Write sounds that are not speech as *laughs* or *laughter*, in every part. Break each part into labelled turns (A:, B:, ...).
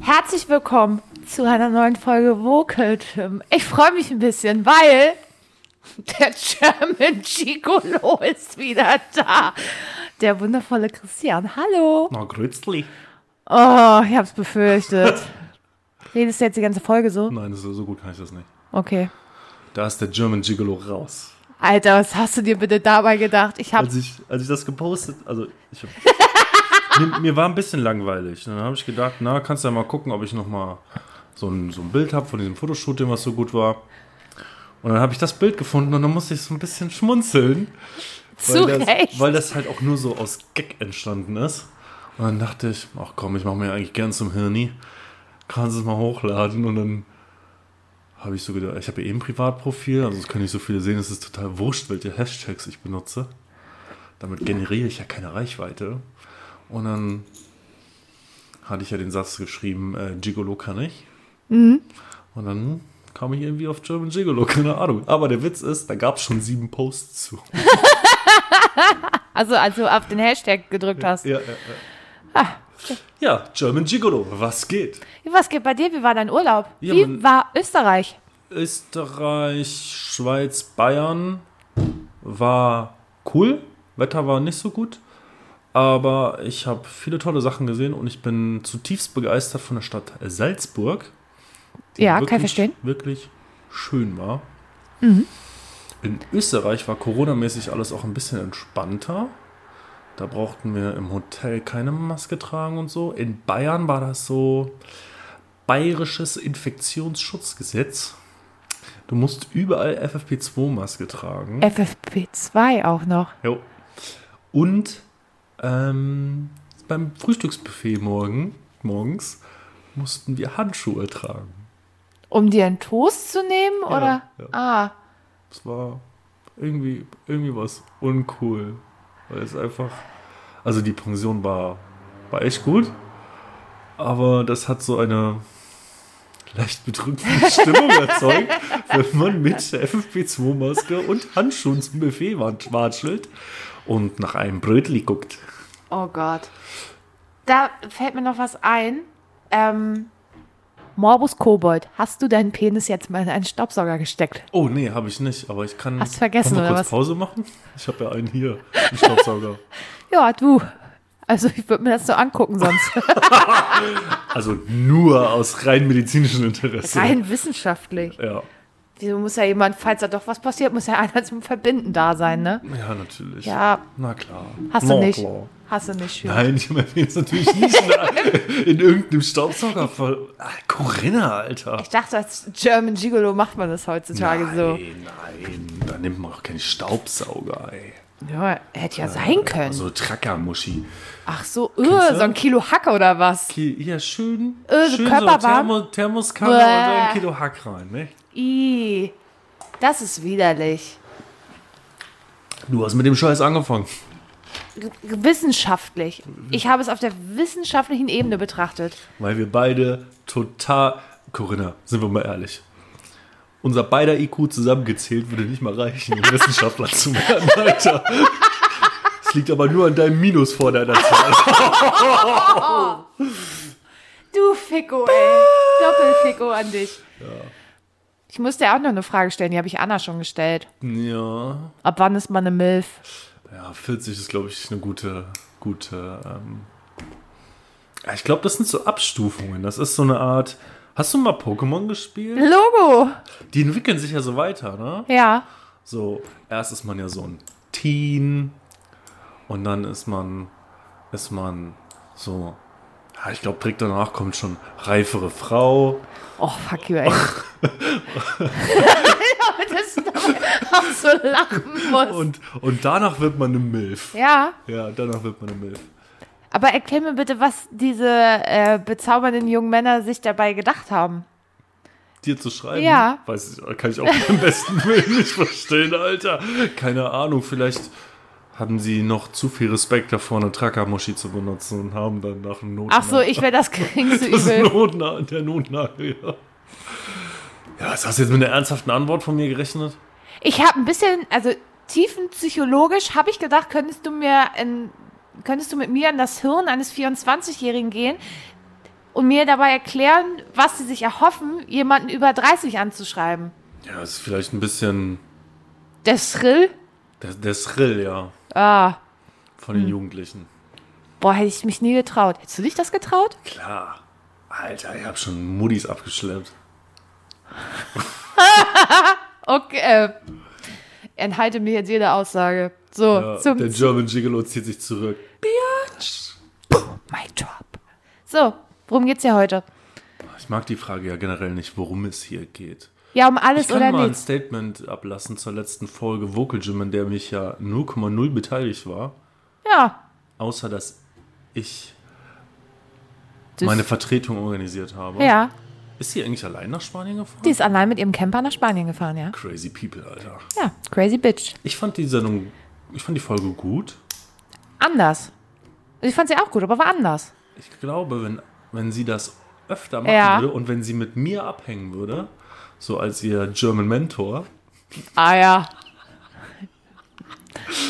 A: Herzlich willkommen zu einer neuen Folge Vocal Gym. Ich freue mich ein bisschen, weil der German Gigolo ist wieder da. Der wundervolle Christian. Hallo.
B: Na, Grützli.
A: Oh, ich hab's befürchtet. Redest du jetzt die ganze Folge so?
B: Nein, das ist, so gut kann ich das nicht.
A: Okay.
B: Da ist der German Gigolo raus.
A: Alter, was hast du dir bitte dabei gedacht? Ich hab.
B: Als ich, als ich das gepostet, also ich mir, mir war ein bisschen langweilig. Dann habe ich gedacht, na, kannst du ja mal gucken, ob ich nochmal so ein, so ein Bild habe von diesem Fotoshooting, was so gut war. Und dann habe ich das Bild gefunden und dann musste ich so ein bisschen schmunzeln.
A: Zu
B: weil das,
A: Recht.
B: Weil das halt auch nur so aus Gag entstanden ist. Und dann dachte ich, ach komm, ich mache mir eigentlich gern zum Hirni. Kannst du es mal hochladen? Und dann habe ich so gedacht, ich habe ja eh ein Privatprofil, also es können nicht so viele sehen, es ist total wurscht, welche Hashtags ich benutze. Damit generiere ich ja keine Reichweite. Und dann hatte ich ja den Satz geschrieben, äh, Gigolo kann ich.
A: Mhm.
B: Und dann kam ich irgendwie auf German Gigolo, keine Ahnung. Aber der Witz ist, da gab es schon sieben Posts zu.
A: Also, als du auf den Hashtag gedrückt hast.
B: Ja, ja, ja. ja German Gigolo, was geht?
A: Was geht bei dir? Wie war dein Urlaub?
B: Ja,
A: Wie
B: man-
A: war Österreich?
B: Österreich, Schweiz, Bayern war cool. Wetter war nicht so gut. Aber ich habe viele tolle Sachen gesehen und ich bin zutiefst begeistert von der Stadt Salzburg. die
A: Ja, kann
B: wirklich-
A: ich verstehen. Mhm.
B: Wirklich schön war. In Österreich war Corona-mäßig alles auch ein bisschen entspannter. Da brauchten wir im Hotel keine Maske tragen und so. In Bayern war das so bayerisches Infektionsschutzgesetz. Du musst überall FFP2-Maske tragen.
A: FFP2 auch noch.
B: Jo. Und ähm, beim Frühstücksbuffet morgen, morgens mussten wir Handschuhe tragen.
A: Um dir einen Toast zu nehmen? oder?
B: ja.
A: Ah,
B: Es war irgendwie, irgendwie was uncool. Weil es einfach. Also die Pension war, war echt gut. Aber das hat so eine leicht
A: *laughs*
B: bedrückende Stimmung erzeugt, wenn man mit der FFP2-Maske und Handschuhen zum Buffet watschelt und nach einem Brötli guckt.
A: oh Gott. Da fällt mir noch was ein. Ähm, Morbus Kobold, hast du deinen Penis jetzt mal in einen Staubsauger gesteckt?
B: Oh, nee, habe ich nicht, aber ich kann.
A: Hast du vergessen,
B: Wollen wir
A: oder
B: kurz
A: was?
B: Pause machen? Ich habe ja einen hier, einen Staubsauger.
A: Ja, du. Also ich würde mir das so angucken
B: *laughs*
A: sonst.
B: Also nur aus rein medizinischem Interesse.
A: Rein wissenschaftlich.
B: Ja.
A: Wieso muss ja jemand, falls da doch was passiert, muss ja einer zum Verbinden da sein, ne?
B: Ja, natürlich.
A: Ja,
B: Na klar.
A: hast
B: Na
A: du nicht.
B: Klar.
A: Hast du nicht. Schön.
B: Nein, ich meine jetzt natürlich nicht in, *laughs* in irgendeinem Staubsauger. voll- Ah, Corinna, Alter.
A: Ich dachte, als German Gigolo macht man das heutzutage so.
B: Nein, nein, da nimmt man auch keinen Staubsauger, ey.
A: Ja, hätte ja sein können.
B: So eine Trackermuschi.
A: Ach so, öh,
B: Also, du?
A: so ein Kilo Hacke oder was?
B: Ki- Hier schön,
A: Äh, so
B: schön
A: körperwarm.
B: so Thermo, Thermoskanne und
A: Bäh.
B: ein Kilo Hack rein, ne?
A: I, das ist widerlich.
B: Du hast mit dem Scheiß angefangen.
A: G- Wissenschaftlich. Ich habe es auf der wissenschaftlichen Ebene betrachtet.
B: Weil wir beide total. Corinna, sind wir mal ehrlich. Unser beider IQ zusammengezählt würde nicht mal reichen, um Wissenschaftler zu werden, *laughs* Alter. Es liegt aber nur an deinem Minus vor deiner Zahl.
A: Du Ficko, ey. Doppelficko an dich. Ich muss dir auch noch eine Frage stellen, die habe ich Anna schon gestellt.
B: Ja.
A: Ab wann ist man eine Milf?
B: Ja, 40 ist, glaube ich, eine gute. gute ähm ja, ich glaube, das sind so Abstufungen. Das ist so eine Art. Hast du mal Pokémon gespielt?
A: Logo.
B: Die entwickeln sich ja so weiter, ne?
A: Ja.
B: So, erst ist man ja so ein Teen und dann ist man, ist man so, ja, ich glaube direkt danach kommt schon reifere Frau.
A: Oh, fuck you, ey. *laughs* ja, das ist auch so lachen muss.
B: Und, und danach wird man eine Milf.
A: ja.
B: Ja, danach wird man eine Milf.
A: Aber erklär mir bitte, was diese äh, bezaubernden jungen Männer sich dabei gedacht haben.
B: Dir zu schreiben,
A: Ja.
B: weiß ich, kann ich auch beim besten Willen nicht verstehen, Alter. Keine Ahnung, vielleicht haben sie noch zu viel Respekt davor, eine Trackermuschi zu benutzen und haben dann nach einem
A: Ach so, ich wäre das *laughs* geringste
B: Das ist
A: Übel.
B: Notna der Notnagel, ja. Ja, was hast du jetzt mit einer ernsthaften Antwort von mir gerechnet?
A: Ich habe ein bisschen, also tiefenpsychologisch habe ich gedacht, könntest du mir in, könntest du mit mir in das Hirn eines 24-Jährigen gehen, und mir dabei erklären, was sie sich erhoffen, jemanden über 30 anzuschreiben.
B: Ja, das ist vielleicht ein bisschen
A: Der Thrill?
B: der, der Thrill, ja,
A: Ah,
B: von den Jugendlichen.
A: boah, hätte ich mich nie getraut. Hättest du dich das getraut?
B: Klar. Alter, ich habe schon Muddis abgeschleppt.
A: Okay, äh, enthalte mir jetzt jede Aussage. So,
B: Ja,
A: zum
B: der German Gigolo zieht sich zurück.
A: My Job. So, worum geht's ja heute?
B: Ich mag die Frage ja generell nicht, worum es hier geht.
A: Ja, um
B: Ich
A: alles
B: kann
A: oder
B: mal ein
A: nichts.
B: Statement ablassen zur letzten Folge Vocal Gym, in der mich ja 0,0 beteiligt war.
A: Ja.
B: Außer, dass ich
A: Das,
B: meine Vertretung organisiert habe.
A: ja,
B: Ist sie eigentlich allein nach Spanien gefahren?
A: die ist allein mit ihrem Camper nach Spanien gefahren, ja.
B: Crazy People, Alter.
A: Ja, crazy bitch.
B: Ich fand die Sendung, ich fand die Folge gut.
A: Anders. Ich fand sie auch gut, aber war anders.
B: Ich glaube, wenn, wenn sie das öfter machen
A: Ja.
B: würde und wenn sie mit mir abhängen würde, so als ihr German Mentor,
A: Ah ja.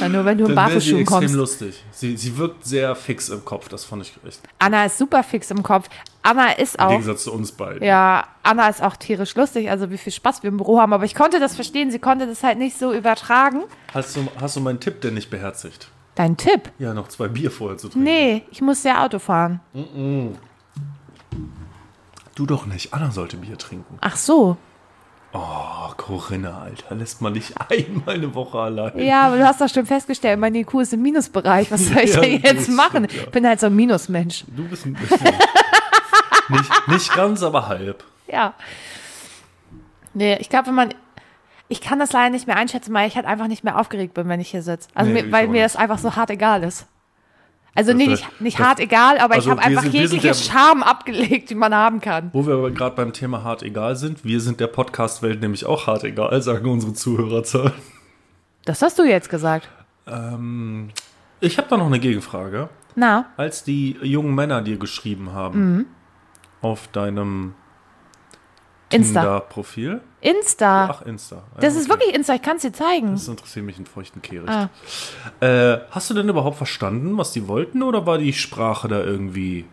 A: Na, nur wenn du in
B: dann wäre sie
A: Barfußschuhen
B: extrem
A: kommst.
B: lustig. Sie, sie wirkt sehr fix im Kopf, das fand ich echt.
A: Anna ist super fix im Kopf. Anna ist
B: Im
A: auch.
B: Gegensatz zu uns beiden.
A: Ja, Anna ist auch tierisch lustig, also wie viel Spaß wir im Büro haben. Aber ich konnte das verstehen, sie konnte das halt nicht so übertragen.
B: Hast, du, hast du meinen Tipp denn nicht beherzigt?
A: Dein Tipp?
B: Ja, noch zwei Bier vorher zu trinken.
A: Nee, ich muss ja Auto fahren.
B: Du doch nicht. Anna sollte Bier trinken.
A: Ach so.
B: Oh, Corinna, Alter, lässt man nicht *laughs* einmal eine Woche allein.
A: Ja, aber du hast doch schon festgestellt, mein IQ ist im Minusbereich. Was soll ich
B: Ja,
A: denn
B: das
A: jetzt
B: stimmt,
A: machen?
B: ja.
A: Ich bin halt so ein Minusmensch.
B: Du bist ein bisschen. *laughs* nicht, nicht ganz, aber halb.
A: Ja. Nee, ich glaube, wenn man. Ich kann das leider nicht mehr einschätzen, weil ich halt einfach nicht mehr aufgeregt bin, wenn ich hier sitze. Also
B: Nee,
A: mir,
B: ich
A: weil
B: auch
A: mir
B: nicht.
A: das einfach so hart egal ist. Also
B: Das-
A: nee,
B: das-
A: nicht, nicht
B: das-
A: hart egal, aber
B: also
A: ich habe
B: wir
A: einfach
B: sind- wir sind
A: jegliche
B: der-
A: Scham abgelegt, die man haben kann.
B: Wo wir aber gerade beim Thema hart egal sind, wir sind der Podcast-Welt nämlich auch hart egal, sagen unsere Zuhörerzahl.
A: Das hast du jetzt gesagt.
B: Ähm, ich habe da noch eine Gegenfrage.
A: Na,
B: Als die jungen Männer dir geschrieben haben
A: Mhm.
B: auf deinem
A: Insta.
B: Tinder-Profil,
A: Insta.
B: ach Insta, Ja,
A: das ist
B: okay.
A: wirklich Insta, ich kann es dir zeigen.
B: Das interessiert mich einen feuchten Kehricht.
A: Ah.
B: Äh, hast du denn überhaupt verstanden, was die wollten, oder war die Sprache da irgendwie?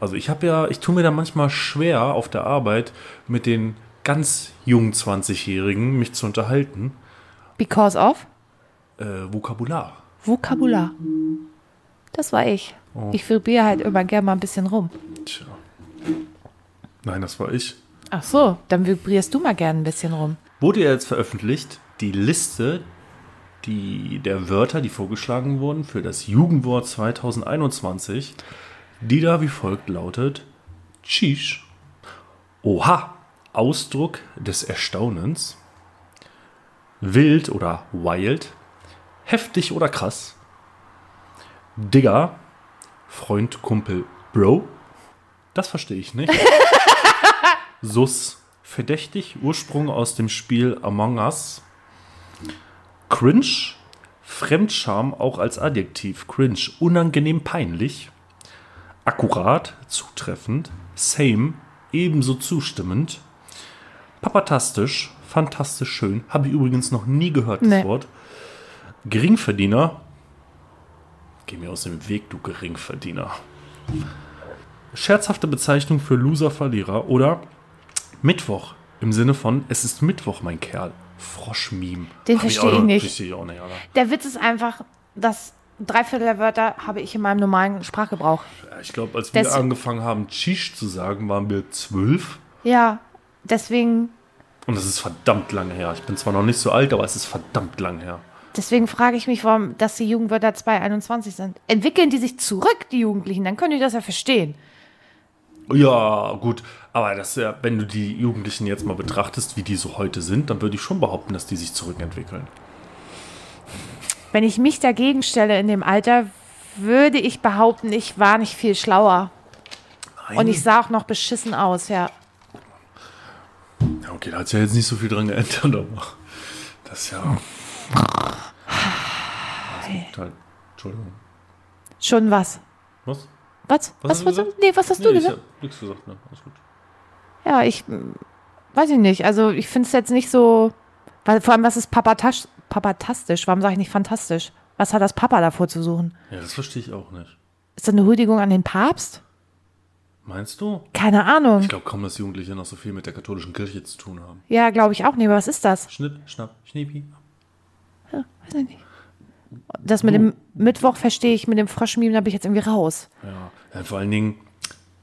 B: Also ich habe ja, ich tue mir da manchmal schwer auf der Arbeit mit den ganz jungen 20-Jährigen mich zu unterhalten.
A: Because of
B: Äh, Vokabular.
A: Vokabular. Das war ich.
B: Oh.
A: Ich vibriere halt immer gerne mal ein bisschen rum.
B: Tja. Nein, das war ich.
A: Ach so, dann vibrierst du mal gerne ein bisschen rum.
B: Wurde ja jetzt veröffentlicht die Liste die, der Wörter, die vorgeschlagen wurden für das Jugendwort 2021, die da wie folgt lautet: Tschisch. Oha, Ausdruck des Erstaunens. Wild oder wild. Heftig oder krass. Digger. Freund, Kumpel, Bro. Das verstehe ich nicht. Sus. Verdächtig, Ursprung aus dem Spiel Among Us. Cringe. Fremdscham auch als Adjektiv. Cringe. Unangenehm peinlich. Akkurat. Zutreffend. Same. Ebenso zustimmend. Papatastisch. Fantastisch schön. Habe ich übrigens noch nie gehört, das
A: Nee.
B: Wort. Geringverdiener. Geh mir aus dem Weg, du Geringverdiener. Scherzhafte Bezeichnung für Loser, Verlierer oder Mittwoch im Sinne von Es ist Mittwoch, mein Kerl. Froschmeme.
A: Den
B: Hab
A: verstehe
B: auch
A: ich
B: noch-
A: nicht.
B: Verstehe ich auch nicht, Alter.
A: Der Witz ist einfach, dass drei Viertel der Wörter habe ich in meinem normalen Sprachgebrauch.
B: Ja, Ich glaube, als wir
A: Das-
B: angefangen haben, Tschisch zu sagen, waren wir zwölf.
A: Ja, deswegen,
B: Und das ist verdammt lange her. Ich bin zwar noch nicht so alt, aber es ist verdammt lang her.
A: deswegen frage ich mich, warum dass die Jugendwörter 221 sind. Entwickeln die sich zurück, die Jugendlichen, dann können die das ja verstehen.
B: Ja, gut. Aber das, ist ja, wenn du die Jugendlichen jetzt mal betrachtest, wie die so heute sind, dann würde ich schon behaupten, dass die sich zurückentwickeln.
A: Wenn ich mich dagegen stelle in dem Alter, würde ich behaupten, ich war nicht viel schlauer. Und
B: Mhm.
A: ich sah auch noch beschissen aus, ja.
B: Ja, okay, da hat sich ja jetzt nicht so viel dran geändert, aber das ist ja. Das gibt halt. Entschuldigung.
A: Schon was.
B: Was?
A: Was?
B: hast
A: Was,
B: du
A: was,
B: gesagt?
A: nee, was hast
B: nee,
A: du
B: ich
A: gesagt?
B: hab nichts gesagt, ne? Alles gut.
A: Ja, ich mm, weiß ich nicht. Also ich finde es jetzt nicht so. Weil, vor allem, was ist papatasch, papatastisch? Warum sage ich nicht fantastisch? Was hat das Papa davor zu suchen?
B: Ja, das verstehe ich auch nicht.
A: Ist das eine Huldigung an den Papst?
B: Meinst du?
A: Keine Ahnung.
B: Ich glaube kaum, dass Jugendliche noch so viel mit der katholischen Kirche zu tun haben.
A: Ja, glaube ich auch nicht. Aber was ist das?
B: Schnipp, schnapp, schniepi.
A: Ja, weiß ich nicht. Das mit dem Mittwoch verstehe ich, mit dem Froschmeme, da bin ich jetzt irgendwie raus.
B: Ja. ja, vor allen Dingen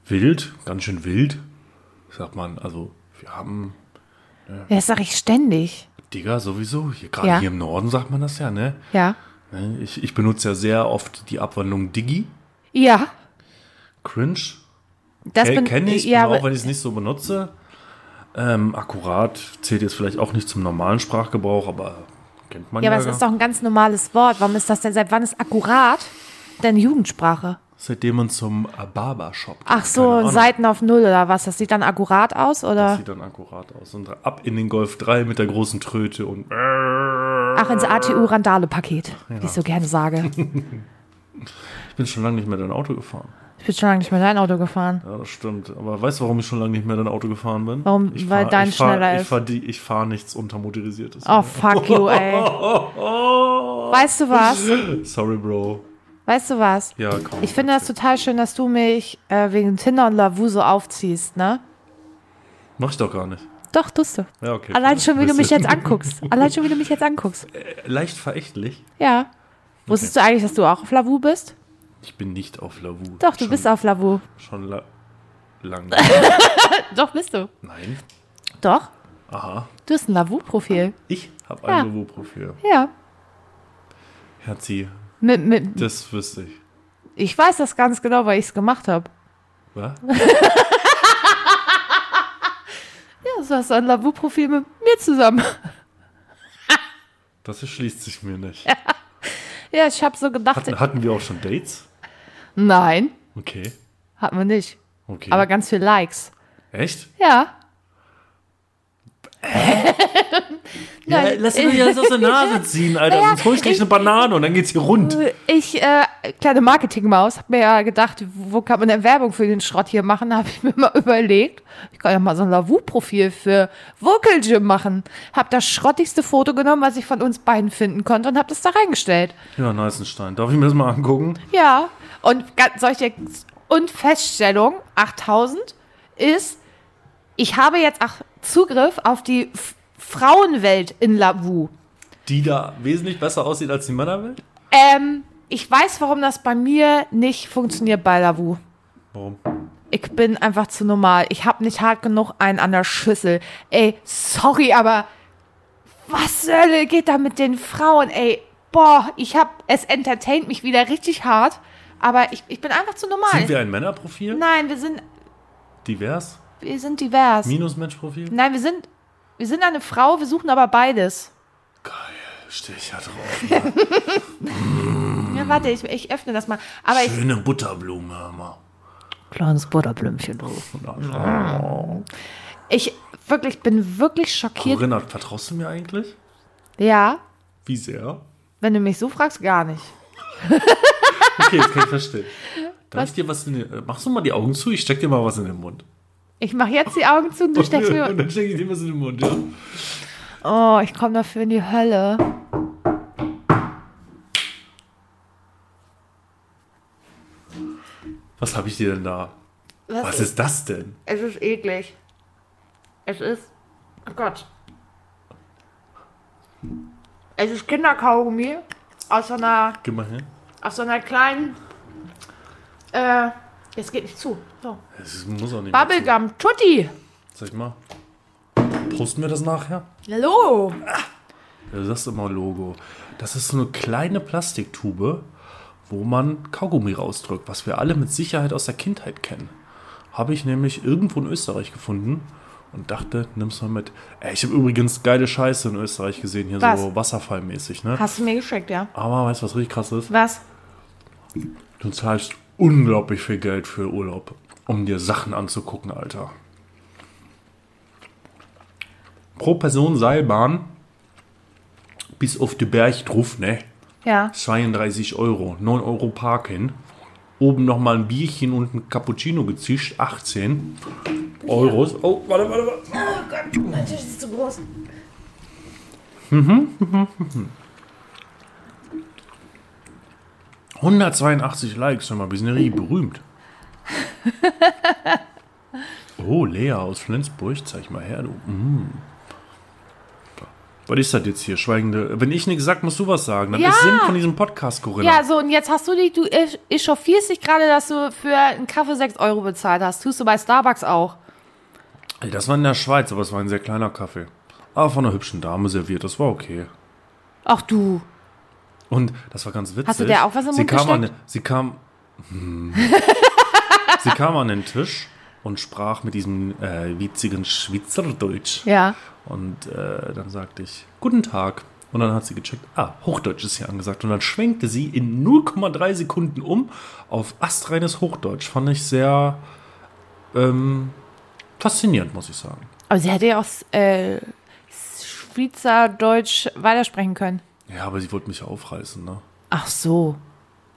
B: wild, ganz schön wild, sagt man. Also, wir haben,
A: Ja, das sage ich ständig.
B: Digga, sowieso, hier gerade
A: Ja.
B: hier im Norden sagt man das ja, ne?
A: Ja.
B: Ne, Ich, ich benutze ja sehr oft die Abwandlung Diggi,
A: Ja.
B: Cringe,
A: Das bin-
B: kenne ich,
A: ja,
B: aber auch
A: aber-
B: genau, wenn ich es nicht so benutze. Ähm, akkurat zählt jetzt vielleicht auch nicht zum normalen Sprachgebrauch, aber kennt man
A: ja,
B: ja.
A: aber es ist doch ein ganz normales Wort. Warum ist das denn, seit wann ist akkurat denn Jugendsprache?
B: Seitdem man zum äh, Barbershop geht.
A: Ach
B: Keine
A: so,
B: Ahnung.
A: Seiten auf Null oder was? Das sieht dann akkurat aus
B: Das
A: oder?
B: sieht dann akkurat aus. Und ab in den Golf 3 mit der großen Tröte und.
A: Ach, ins ATU-Randale-Paket, wie ich so gerne sage.
B: Ich bin schon lange nicht mehr dein Auto gefahren.
A: Ich bin schon lange nicht mehr dein Auto gefahren.
B: Ja, das stimmt. Aber weißt du, warum ich schon lange nicht mehr dein Auto gefahren bin?
A: Warum?
B: Ich
A: Weil dein
B: ich fahr,
A: schneller
B: Ich
A: ist.
B: fahre fahr nichts untermotorisiertes. *laughs*
A: Oh, fuck you, ey. Weißt du was?
B: Sorry, Bro.
A: Weißt du was?
B: Ja, komm.
A: Ich finde das total schön, dass du mich äh, wegen Tinder und Lavu so aufziehst, ne?
B: Mach ich doch gar nicht.
A: Doch, tust du.
B: Ja, okay.
A: Allein schon, wie du mich
B: Bisschen.
A: jetzt anguckst. Allein schon, wie du mich jetzt anguckst.
B: Leicht verächtlich.
A: Ja. Wusstest du eigentlich, dass du auch auf Lavu bist?
B: Ich bin nicht auf Lavu.
A: Doch, du
B: schon,
A: bist auf Lavu.
B: Schon la
A: *laughs*
B: lang.
A: Doch, bist du.
B: Nein.
A: Doch.
B: Aha.
A: Du hast ein Lavu-Profil.
B: Ich habe
A: Ja.
B: ein Lavu-Profil.
A: Ja.
B: Herzi,
A: Mit, mit,
B: das wüsste ich.
A: ich weiß das ganz genau, weil ich es gemacht habe. *laughs*
B: Was?
A: Ja, so hast du ein Lavu-Profil mit mir zusammen.
B: Das erschließt sich mir nicht.
A: *laughs* Ja, ich habe so gedacht.
B: Hatten, hatten wir auch schon Dates?
A: Nein,
B: Okay.
A: hatten wir nicht.
B: Okay.
A: Aber ganz viel Likes.
B: Echt?
A: Ja.
B: Ja,
A: Nein.
B: lass ihn doch jetzt
A: *laughs*
B: aus der Nase ziehen, Alter. Sonst hol ich gleich eine Banane und dann geht's hier rund.
A: Ich, äh, kleine Marketingmaus, habe mir ja gedacht, wo kann man denn Werbung für den Schrott hier machen? *laughs* Habe ich mir mal überlegt. Ich kann ja mal so ein Lavu-Profil für Vocal Gym machen. Habe das schrottigste Foto genommen, was ich von uns beiden finden konnte und habe das da reingestellt.
B: Ja, Neißenstein. Darf ich mir das mal angucken?
A: Ja, und ga- solche und Feststellung 8000 ist, ich habe jetzt auch Zugriff auf die F Frauenwelt in Lavu.
B: Die da wesentlich besser aussieht als die Männerwelt?
A: Ähm, ich weiß, warum das bei mir nicht funktioniert bei Lavu.
B: Warum?
A: Ich bin einfach zu normal. Ich habe nicht hart genug einen an der Schüssel. Ey, sorry, aber was zur Hölle geht da mit den Frauen? Ey, boah, ich hab, es entertaint mich wieder richtig hart, aber ich, ich bin einfach zu normal.
B: Sind wir ein Männerprofil?
A: Nein, wir sind,
B: Divers?
A: wir sind divers.
B: Minus-Mensch-Profil?
A: Nein, wir sind, wir sind eine Frau, wir suchen aber beides.
B: Stehe ich ja drauf. Mm.
A: Ja, warte, ich, ich öffne das mal. Aber ich.
B: Schöne Butterblume, hör mal.
A: Kleines Butterblümchen drauf. Ich wirklich bin wirklich schockiert.
B: Corinna, vertraust du mir eigentlich?
A: Ja,
B: Wie sehr?
A: wenn du mich so fragst, gar nicht.
B: Okay, das kann ich *laughs* verstehen. Darf ich dir was in den, äh, machst du mal die Augen zu? Ich steck dir mal was in den Mund.
A: Ich mache jetzt die Augen zu und du
B: *laughs*
A: steckst
B: Und
A: mir.
B: dann stecke ich dir was in den Mund, ja?
A: Oh, ich komme dafür in die Hölle.
B: Was habe ich dir denn da? Was ist das denn?
A: Es ist eklig. Es ist. Oh Gott. Es ist Kinderkaugummi aus so einer,
B: Geh mal hin.
A: aus so einer kleinen. Äh, jetzt geht nicht zu. So.
B: Es muss auch nicht. mehr zu.
A: Bubblegum Tutti.
B: Sag ich mal. Posten wir das nachher?
A: Hallo.
B: Ja, Du sagst Äh, immer Logo. Das ist so eine kleine Plastiktube, wo man Kaugummi rausdrückt, was wir alle mit Sicherheit aus der Kindheit kennen. Habe ich nämlich irgendwo in Österreich gefunden und dachte, nimm's mal mit. Ey, ich habe übrigens geile Scheiße in Österreich gesehen, hier
A: Was?
B: so wasserfallmäßig, ne?
A: Hast du mir geschickt, ja?
B: Aber weißt du, was richtig krass ist?
A: Was?
B: Du zahlst unglaublich viel Geld für Urlaub, um dir Sachen anzugucken, Alter. Pro Person Seilbahn bis auf die Berg drauf, ne?
A: Ja.
B: 32 Euro, 9 Euro Parken. Oben nochmal ein Bierchen und ein Cappuccino gezischt, 18 Euros. Oh, warte, warte, warte.
A: Oh Gott, mein Tisch ist zu groß. *laughs*
B: Hm. 182 Likes, hör mal, wir sind ja richtig berühmt. Oh, Lea aus Flensburg, zeig mal her, du. Mm. Was ist das jetzt hier? Schweigende. Wenn ich nichts sag, musst du was sagen. Das
A: Ja.
B: ist Sinn von diesem Podcast, Corinna.
A: Ja, so, und jetzt hast du dich, du esch- echauffierst dich gerade, dass du für einen Kaffee 6 Euro bezahlt hast. Tust du bei Starbucks auch.
B: Ey, das war in der Schweiz, aber es war ein sehr kleiner Kaffee. Aber von einer hübschen Dame serviert, das war okay.
A: Ach du.
B: Und das war ganz witzig.
A: Hast du der auch was im
B: sie
A: Mund
B: kam an,
A: gesteckt?
B: Sie kam. Hm. *laughs* sie kam an den Tisch und sprach mit diesem äh, witzigen Schweizerdeutsch.
A: Ja.
B: Und äh, dann sagte ich, guten Tag. Und dann hat sie gecheckt, ah, Hochdeutsch ist hier angesagt. Und dann schwenkte sie in 0,3 Sekunden um auf astreines Hochdeutsch. Fand ich sehr ähm, faszinierend, muss ich sagen.
A: Aber sie hätte ja auch äh, Schweizerdeutsch weitersprechen können.
B: Ja, aber sie wollte mich ja aufreißen, ne?
A: Ach so.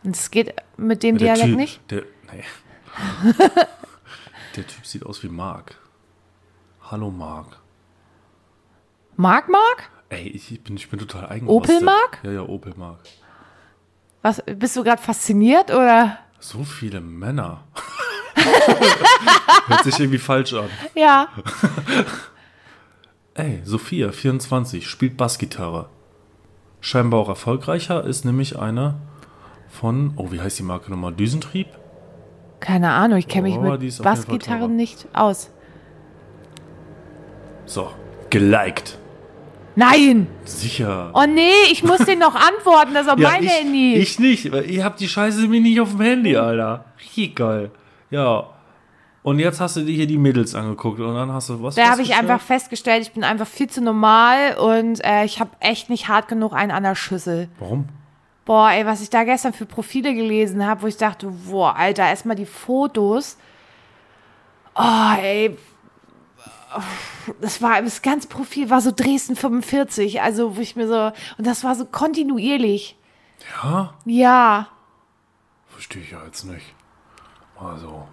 A: Und es geht mit dem
B: Der
A: Dialekt
B: Typ,
A: nicht?
B: Der,
A: *laughs*
B: nee. der Typ sieht aus wie Mark. Hallo Mark.
A: Mark Mark?
B: Ey, ich bin, ich bin total eigen.
A: Opel Mark?
B: Ja, ja, Opel Mark.
A: Was, bist du gerade fasziniert oder?
B: So viele Männer. *laughs* Hört sich irgendwie falsch an.
A: Ja.
B: Ey, Sophia, 24, spielt Bassgitarre. Scheinbar auch erfolgreicher ist nämlich eine von, oh, wie heißt die Marke nochmal? Düsentrieb?
A: Keine Ahnung, ich kenne mich
B: Oh, die ist
A: mit
B: auf jeden Fall teurer.
A: Bassgitarren nicht aus.
B: So, geliked.
A: Nein!
B: Sicher.
A: Oh nee, ich muss den noch antworten, das ist auch
B: Ja,
A: mein
B: ich,
A: Handy.
B: Ich nicht, weil ihr habt die Scheiße mir nicht auf dem Handy, Alter. Richtig geil. Ja. Und jetzt hast du dir hier die Mädels angeguckt und dann hast du was.
A: Da habe ich
B: festgestellt?
A: einfach festgestellt, ich bin einfach viel zu normal und äh, ich habe echt nicht hart genug einen an der Schüssel.
B: Warum?
A: Boah, ey, was ich da gestern für Profile gelesen habe, wo ich dachte, boah, Alter, erstmal die Fotos. Oh, ey. Das war das ganze Profil war so Dresden 45, also wo ich mir so und das war so kontinuierlich.
B: Ja?
A: Ja,
B: Verstehe ich ja jetzt nicht. Also.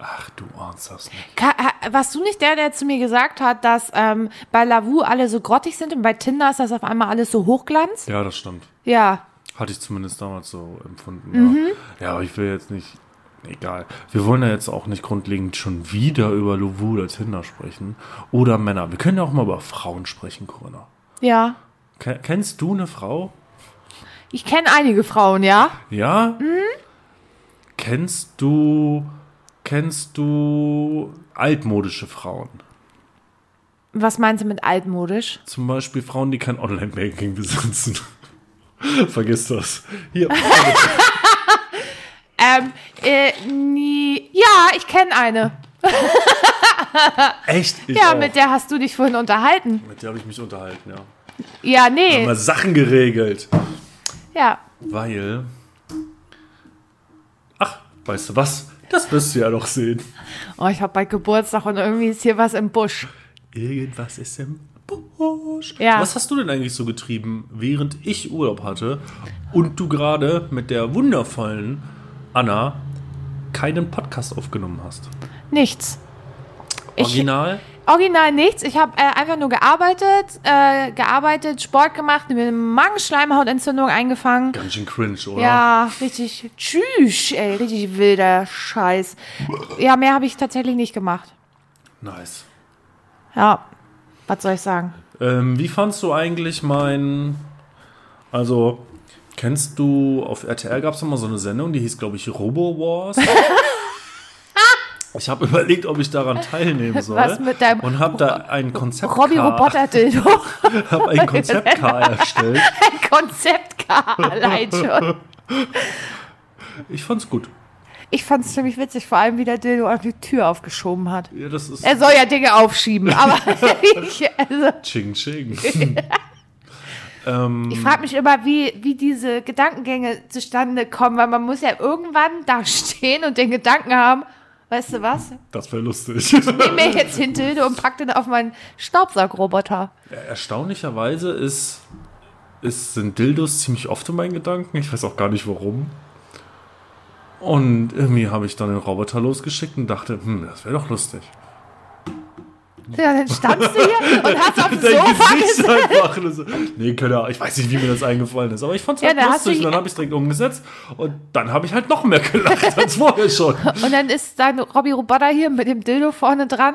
B: Ach, du ahnst das nicht.
A: Ka ha- warst du nicht der, der zu mir gesagt hat, dass ähm, bei Lavu alle so grottig sind und bei Tinder ist das auf einmal alles so Hochglanz?
B: Ja, das stimmt.
A: Ja.
B: Hatte ich zumindest damals so empfunden.
A: Mhm.
B: Ja. ja, aber ich will jetzt nicht. Egal. Wir wollen ja jetzt auch nicht grundlegend schon wieder über Lovu oder Tinder sprechen. Oder Männer. Wir können ja auch mal über Frauen sprechen, Corinna.
A: Ja.
B: Ke- Kennst du eine Frau?
A: Ich kenne einige Frauen, ja.
B: Ja?
A: Mhm.
B: Kennst du. Kennst du altmodische Frauen?
A: Was meinst du mit altmodisch?
B: Zum Beispiel Frauen, die kein Online-Banking besitzen. *laughs* Vergiss das.
A: *laughs*
B: Hier. Freunde.
A: Ähm, äh, nie. Ja, ich kenne eine.
B: Echt? Ich
A: Ja,
B: auch.
A: mit der Äh. hast du dich vorhin unterhalten.
B: mit der habe ich mich unterhalten, ja.
A: Ja, nee.
B: Mal Sachen geregelt.
A: Ja.
B: Weil. Ach, weißt du was? Das wirst du ja noch sehen.
A: Oh, ich habe bald Geburtstag und irgendwie ist hier was im Busch.
B: Irgendwas ist im Busch.
A: Ja.
B: Was hast du denn eigentlich so getrieben, während ich Urlaub hatte und du gerade mit der wundervollen Anna keinen Podcast aufgenommen hast?
A: Nichts. Ich,
B: Original?
A: original nichts. Ich habe äh, einfach nur gearbeitet, äh, gearbeitet, Sport gemacht, mir eine Magenschleimhautentzündung eingefangen.
B: Ganz schön cringe, oder?
A: Ja, richtig. Tschüss, ey, richtig wilder Scheiß. Ja, mehr habe ich tatsächlich nicht gemacht.
B: Nice.
A: Ja, was soll ich sagen?
B: Ähm, wie fandst du eigentlich mein. Also, kennst du, auf RTL gab es mal so eine Sendung, die hieß, glaube ich, Robo
A: *laughs*
B: Wars. Ich habe überlegt, ob ich daran teilnehmen soll.
A: Was mit deinem
B: und habe da ein Konzept
A: Robby Roboter Dildo. *laughs*
B: habe ein Konzept K erstellt.
A: Konzept allein schon.
B: Ich fand's gut.
A: Ich fand es ziemlich witzig, vor allem wie der Dildo an die Tür aufgeschoben hat.
B: Ja, das ist
A: Er soll ja Dinge aufschieben, aber *laughs* ich, also, *laughs*
B: Ching Ching.
A: ich frage mich immer, wie, wie diese Gedankengänge zustande kommen, weil man muss ja irgendwann da *laughs* stehen und den Gedanken haben, weißt du was,
B: Das wäre lustig.
A: nimm mir jetzt den Dildo und pack den auf meinen Staubsaugroboter.
B: Erstaunlicherweise ist, ist, sind Dildos ziemlich oft in meinen Gedanken. Ich weiß auch gar nicht warum. Und irgendwie habe ich dann den Roboter losgeschickt und dachte, hm, das wäre doch lustig.
A: Ja, dann standst du hier und hast auf dem
B: *laughs* Dein
A: Sofa
B: Gesicht
A: gesessen.
B: einfach. Und so, nee, keine Ahnung. Ich weiß nicht, wie mir das eingefallen ist. Aber ich fand's
A: Ja,
B: halt
A: da hast
B: lustig.
A: du- äh
B: Und dann habe ich direkt umgesetzt. Und dann habe ich halt noch mehr gelacht
A: *laughs*
B: als vorher schon.
A: Und dann ist dann Robby Roboter hier mit dem Dildo vorne dran,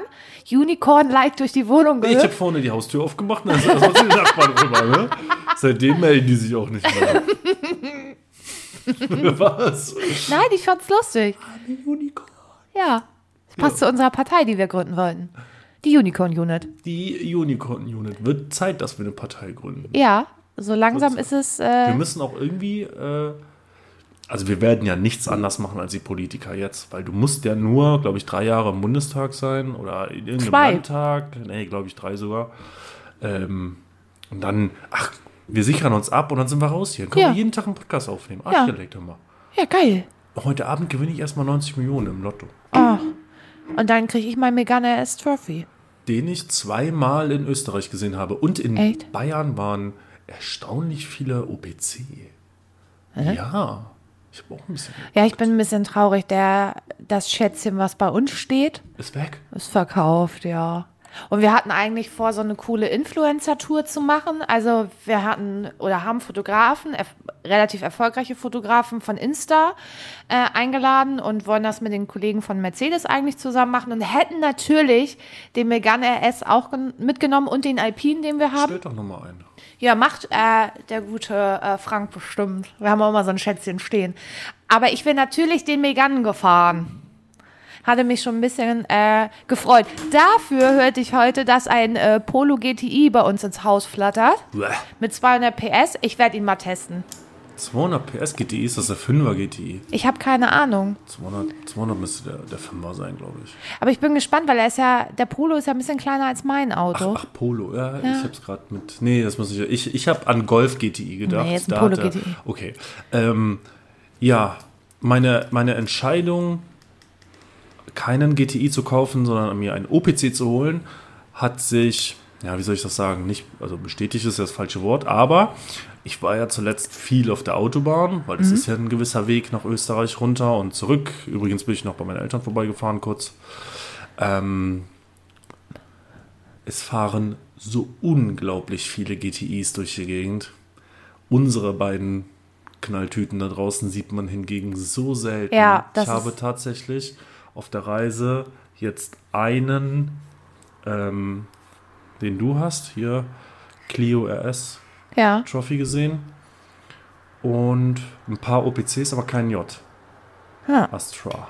A: Unicorn-like durch die Wohnung
B: Ich habe
A: gehüpft.
B: vorne die Haustür aufgemacht. Und dann ist das aus dem Nachbarn rüber. Ne? Seitdem melden die sich auch nicht mehr. Was?
A: Nein, ich fand's lustig.
B: Unicorn.
A: Ja. Das passt zu unserer Partei, die wir gründen wollten. Die Unicorn-Unit.
B: Die Unicorn-Unit. Wird Zeit, dass wir eine Partei gründen.
A: Ja, so langsam ist es.
B: Wir
A: Äh,
B: müssen auch irgendwie, äh, also wir werden ja nichts anders machen als die Politiker jetzt, weil du musst ja nur, glaube ich, drei Jahre im Bundestag sein oder in irgendeinem
A: Zwei.
B: Landtag, nee, glaube ich drei sogar. Ähm, und dann, ach, wir sichern uns ab und dann sind wir raus hier. Können
A: Ja.
B: wir jeden Tag einen Podcast aufnehmen. Ach,
A: Ja.
B: ja. gelegt mal.
A: ja, geil.
B: Heute Abend gewinne ich erstmal 90 Millionen im Lotto,
A: Und dann kriege ich mein Megane S Trophy.
B: den ich zweimal in Österreich gesehen habe. Und in
A: Echt?
B: Bayern waren erstaunlich viele OPC. Ja, ich habe auch ein bisschen.
A: Ja, ich bin ein bisschen traurig. Der, das Schätzchen, was bei uns steht,
B: Ist weg.
A: ist verkauft, ja. Und wir hatten eigentlich vor, so eine coole Influencer-Tour zu machen. Also wir hatten oder haben Fotografen, erf relativ erfolgreiche Fotografen von Insta äh, eingeladen und wollen das mit den Kollegen von Mercedes eigentlich zusammen machen und hätten natürlich den Megan RS auch gen- mitgenommen und den Alpine, den wir haben.
B: Stell doch nochmal ein.
A: Ja, macht äh, der gute äh, Frank bestimmt. Wir haben auch immer so ein Schätzchen stehen. Aber ich bin natürlich den Megan gefahren. Hatte mich schon ein bisschen äh, gefreut. Dafür hörte ich heute, dass ein äh, Polo GTI bei uns ins Haus flattert. Mit 200 PS. Ich werde ihn mal testen.
B: 200 PS GTI ist das der 5er GTI.
A: Ich habe keine Ahnung.
B: 200, 200 müsste der, der 5er sein, glaube ich.
A: Aber ich bin gespannt, weil er ist ja, der Polo ist ja ein bisschen kleiner als mein Auto.
B: Ach, Polo. Ja, ich hab's gerade mit. Nee, das muss ich. Ich, ich habe an Golf GTI gedacht.
A: Nee, ist ein
B: Da
A: Polo
B: hat er-
A: GTI.
B: Okay. Ähm, ja, meine, meine Entscheidung, keinen GTI zu kaufen, sondern mir einen OPC zu holen, hat sich, ja, wie soll ich das sagen, nicht, also bestätigt ist das falsche Wort, aber ich war ja zuletzt viel auf der Autobahn, weil das
A: Mhm.
B: ist ja ein gewisser Weg nach Österreich runter und zurück. Übrigens bin ich noch bei meinen Eltern vorbeigefahren kurz. Ähm, es fahren so unglaublich viele GTIs durch die Gegend. Unsere beiden Knalltüten da draußen sieht man hingegen so selten.
A: Ja, das
B: ich habe
A: ist-
B: tatsächlich auf der Reise jetzt einen, ähm, den du hast, hier Clio RS
A: Ja.
B: Trophy gesehen. Und ein paar OPCs, aber kein J.
A: Ja.
B: Astra.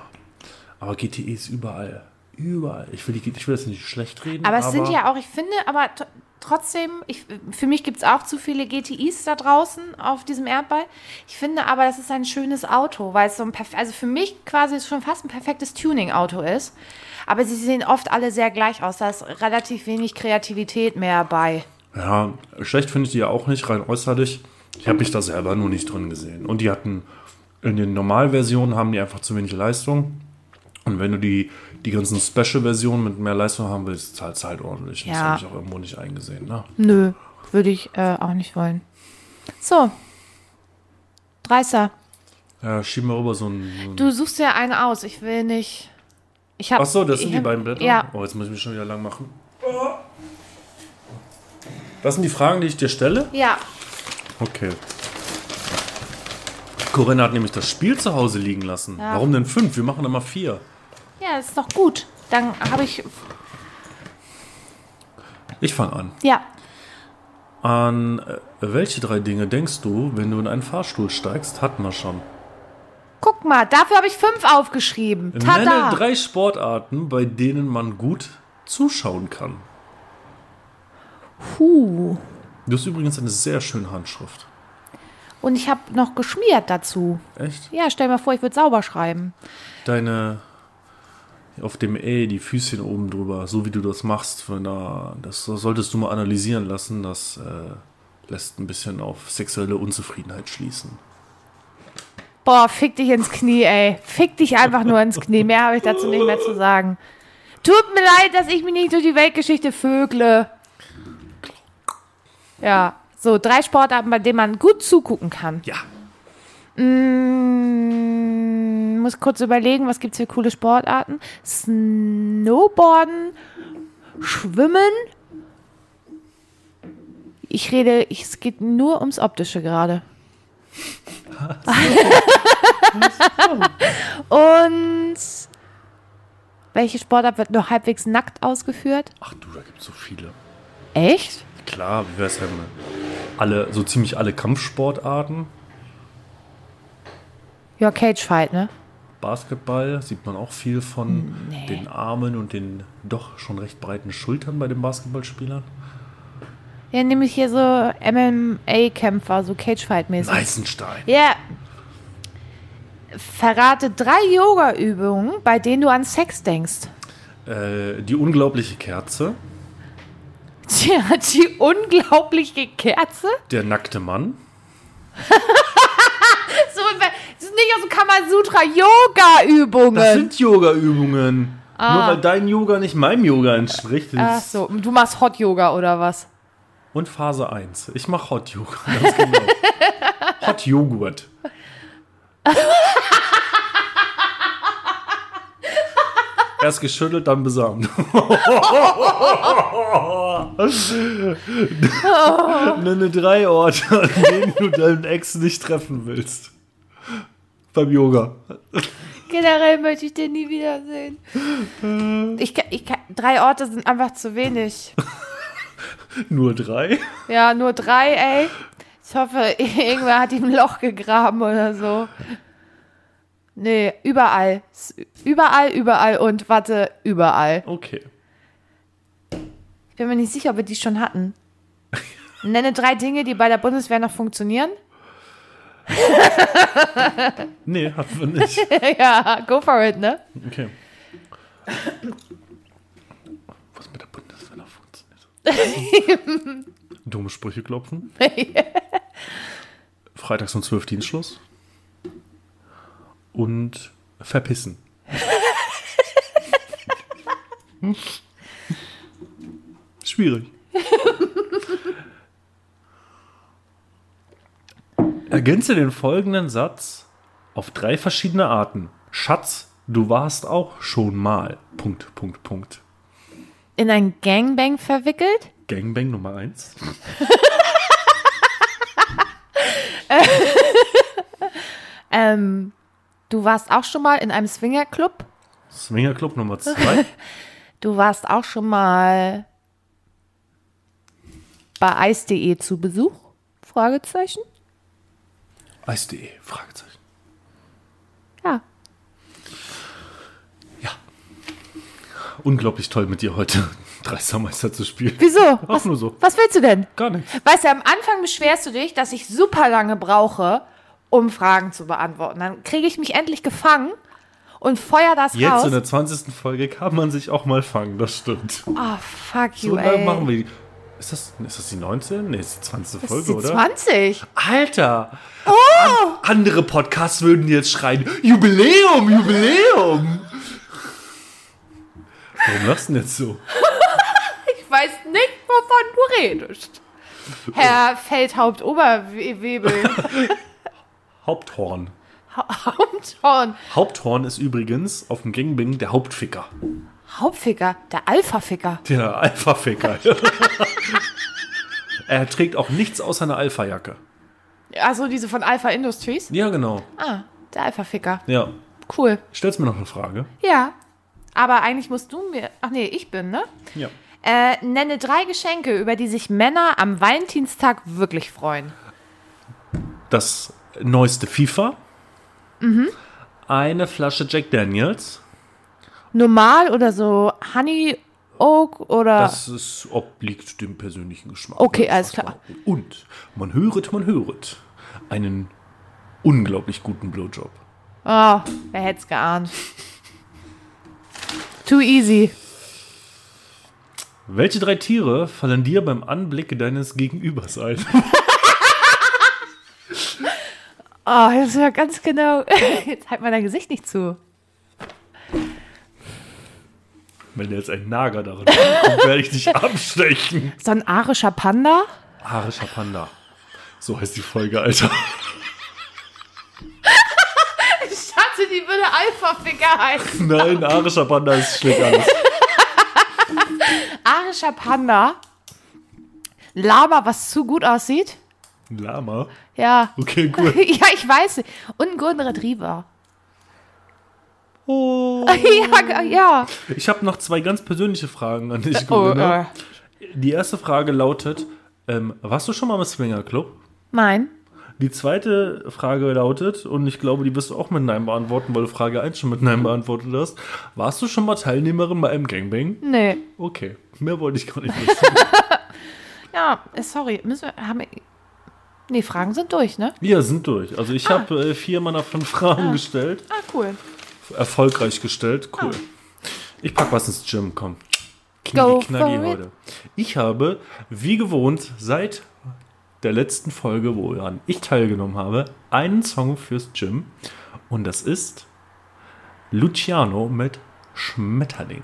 B: Aber GTI ist überall. Überall. Ich will, die, ich will das nicht schlecht reden.
A: Aber es sind ja auch, ich finde, aber t- trotzdem, ich, für mich gibt es auch zu viele GTIs da draußen auf diesem Erdball. Ich finde aber, das ist ein schönes Auto, weil es so ein perfekt, also für mich quasi schon fast ein perfektes Tuning-Auto ist. Aber sie sehen oft alle sehr gleich aus. Da ist relativ wenig Kreativität mehr bei.
B: Ja, schlecht finde ich die ja auch nicht, rein äußerlich. Ich habe mich da selber nur nicht drin gesehen. Und die hatten, in den Normalversionen haben die einfach zu wenig Leistung. Und wenn du die, die ganzen Special-Versionen mit mehr Leistung haben willst, zahlst du halt ordentlich. Das
A: Ja.
B: habe ich auch irgendwo nicht eingesehen. Ne?
A: Nö, würde ich äh, auch nicht wollen. So. Dreißer.
B: Ja, schieben wir rüber so ein. So ein
A: Du suchst dir einen aus. Ich will nicht. Ich hab,
B: Hm. Ach so, das
A: ich
B: sind die
A: hab-
B: beiden Blätter.
A: Ja.
B: Oh, jetzt muss ich mich schon wieder lang machen. Das sind die Fragen, die ich dir stelle?
A: Ja.
B: Okay. Corinna hat nämlich das Spiel zu Hause liegen lassen. Warum denn fünf? Wir machen immer vier.
A: Ja, ist doch gut. Dann habe ich.
B: Ich fange an.
A: Ja,
B: An äh, welche drei Dinge denkst du, wenn du in einen Fahrstuhl steigst? Hatten wir schon.
A: guck mal, dafür habe ich fünf aufgeschrieben.
B: Nenne
A: Tada!
B: drei Sportarten, bei denen man gut zuschauen kann.
A: Puh.
B: Du hast übrigens eine sehr schöne Handschrift.
A: Und ich habe noch geschmiert dazu.
B: Echt?
A: Ja, stell mir vor, ich würde sauber schreiben.
B: deine auf dem E die Füßchen oben drüber, so wie du das machst, wenn da, das solltest du mal analysieren lassen, das äh, lässt ein bisschen auf sexuelle Unzufriedenheit schließen.
A: Boah, fick dich ins Knie, ey. Fick dich einfach nur ins Knie. Mehr habe ich dazu nicht mehr zu sagen. Tut mir leid, dass ich mich nicht durch die Weltgeschichte vögle. Ja, so drei Sportarten, bei denen man gut zugucken kann.
B: Ja.
A: Mm, muss kurz überlegen, was gibt's für coole Sportarten? Snowboarden, Schwimmen. Ich rede, ich, es geht nur ums Optische gerade. Und welche Sportart wird nur halbwegs nackt ausgeführt?
B: Ach du, da gibt es so viele.
A: Echt?
B: Klar, wie wär's denn? Alle, so ziemlich alle Kampfsportarten.
A: Ja, Cagefight, ne?
B: Basketball sieht man auch viel von den Armen und den doch schon recht breiten Schultern bei den Basketballspielern.
A: Ja, nämlich hier so MMA-Kämpfer, so Cagefight-mäßig.
B: Eisenstein.
A: Ja. Verrate drei Yoga-Übungen, bei denen du an Sex denkst. *laughs*
B: Äh, die unglaubliche Kerze,
A: Tja, die unglaubliche Kerze.
B: der nackte Mann.
A: So, das ist nicht aus dem Kamasutra-Yoga-Übungen.
B: Das sind Yoga-Übungen. Nur weil dein Yoga nicht meinem Yoga entspricht.
A: Ah. Ach so, du machst Hot Yoga oder was?
B: Und Phase 1. Ich mache Hot Yoga. *laughs* Ganz genau. Hot
A: *laughs*
B: Joghurt. Erst geschüttelt, dann *laughs* besamt. Nenne drei Orte, an denen du deinen Ex nicht treffen willst. Beim Yoga.
A: Generell möchte ich den nie wiedersehen. Ich, ka- ich, ka- drei Orte sind einfach zu wenig.
B: Nur drei?
A: Ja, nur drei, ey. Ich hoffe, *laughs* irgendwer hat ihm ein Loch gegraben oder so. Nee, überall. S- Überall, überall und warte, überall.
B: Okay.
A: Ich bin mir nicht sicher, ob wir die schon hatten. Nenne drei Dinge, die bei der Bundeswehr noch funktionieren. *laughs*
B: Nee, hatten wir nicht.
A: ja, go for it, ne?
B: Okay. *coughs* Was mit der Bundeswehr noch funktioniert. *laughs* Dumme Sprüche *laughs* klopfen. Freitags um 12 Dienstschluss. Und *laughs* verpissen. *laughs* Schwierig. Ergänze den folgenden Satz auf drei verschiedene Arten. Schatz, du warst auch schon mal. Punkt, Punkt, Punkt.
A: In ein Gangbang verwickelt?
B: Gangbang Nummer 1.
A: Ähm, du warst auch schon mal in einem Swingerclub?
B: Swingerclub
A: *laughs*
B: Nummer 2.
A: Du warst auch schon mal bei eis.de zu Besuch? Fragezeichen?
B: Eis.de, Fragezeichen.
A: Ja.
B: Ja. Unglaublich toll mit dir heute *laughs* Dreistermeister zu spielen.
A: Wieso?
B: Auch
A: Was,
B: nur so.
A: was willst du denn?
B: Gar nichts.
A: Weißt du, am Anfang beschwerst du dich, dass ich super lange brauche, um Fragen zu beantworten. Dann kriege ich mich endlich gefangen und feuer das
B: Jetzt in
A: raus.
B: der 20. Folge kann man sich auch mal fangen, das stimmt.
A: Oh, fuck you,
B: So
A: ey.
B: lange machen wir die. Ist das, ist das die 19? Nee, ist die 20.
A: das
B: Folge,
A: ist die
B: oder?
A: 20.
B: Alter! An- Andere Podcasts würden jetzt schreien: Jubiläum, Jubiläum! Warum lachst du denn jetzt so?
A: Ich weiß nicht, wovon du redest. Herr Feldhaupt-Oberwebel. *laughs*
B: Haupthorn.
A: Haupthorn.
B: Haupthorn ist übrigens auf dem Gangbang der Hauptficker.
A: Hauptficker, der Alpha-Ficker.
B: Der *laughs* Alpha-Ficker. er trägt auch nichts außer einer Alpha-Jacke.
A: Achso, Also diese von Alpha Industries?
B: Ja, genau.
A: Ah, der Alpha-Ficker.
B: Ja.
A: Cool.
B: Stellst mir noch eine Frage?
A: Ja. Aber eigentlich musst du mir. Ach nee, ich bin, ne?
B: Ja.
A: Äh, nenne drei Geschenke, über die sich Männer am Valentinstag wirklich freuen.
B: Das neueste FIFA. Mhm. Eine Flasche Jack Daniels.
A: Normal oder so Honey Oak oder.
B: Das ist, obliegt dem persönlichen Geschmack.
A: Ah. Okay,
B: Das
A: alles
B: ist was
A: klar.
B: man- Und man höret, man höret einen unglaublich guten Blowjob.
A: oh, wer hätt's geahnt? Too easy.
B: Welche drei Tiere fallen dir beim Anblick deines Gegenübers ein? *laughs*
A: Oh, das ist ja ganz genau. *laughs* Jetzt halt mal dein Gesicht nicht zu.
B: Wenn jetzt ein Nager darin kommt, werde ich dich abstechen.
A: So ein arischer Panda?
B: Arischer Panda. So heißt die Folge, Alter. *laughs*
A: Ich dachte, die würde Alpha-Ficker heißen.
B: Nein, arischer Panda ist schlimm alles.
A: asiatischer Panda. Lama, was zu gut aussieht.
B: Ein Lama.
A: Ja.
B: Okay, cool.
A: *laughs* Ja, ich weiß. Und ein Golden Retriever.
B: Oh.
A: Ja, ja.
B: Ich habe noch zwei ganz persönliche Fragen an dich,
A: Oh,
B: Corinna.
A: äh.
B: Die erste Frage lautet: ähm, Warst du schon mal im Swinger Club?
A: Nein.
B: Die zweite Frage lautet, und ich glaube, die wirst du auch mit Nein beantworten, weil du Frage 1 schon mit Nein beantwortet hast. Warst du schon mal Teilnehmerin bei einem Gangbang?
A: Nee.
B: Okay, mehr wollte ich gar nicht wissen.
A: Ja, äh, sorry. Müssen wir, haben wir, nee, Fragen sind durch, ne?
B: Wir sind durch. Also ich habe äh, vier meiner fünf Fragen gestellt.
A: Ah, cool.
B: Erfolgreich gestellt. Cool. Ich pack was ins Gym, komm.
A: Go
B: Knacki, knacki
A: for it.
B: heute. Ich habe, wie gewohnt, seit der letzten Folge, woran ich teilgenommen habe, einen Song fürs Gym. Und das ist Luciano mit Schmetterling.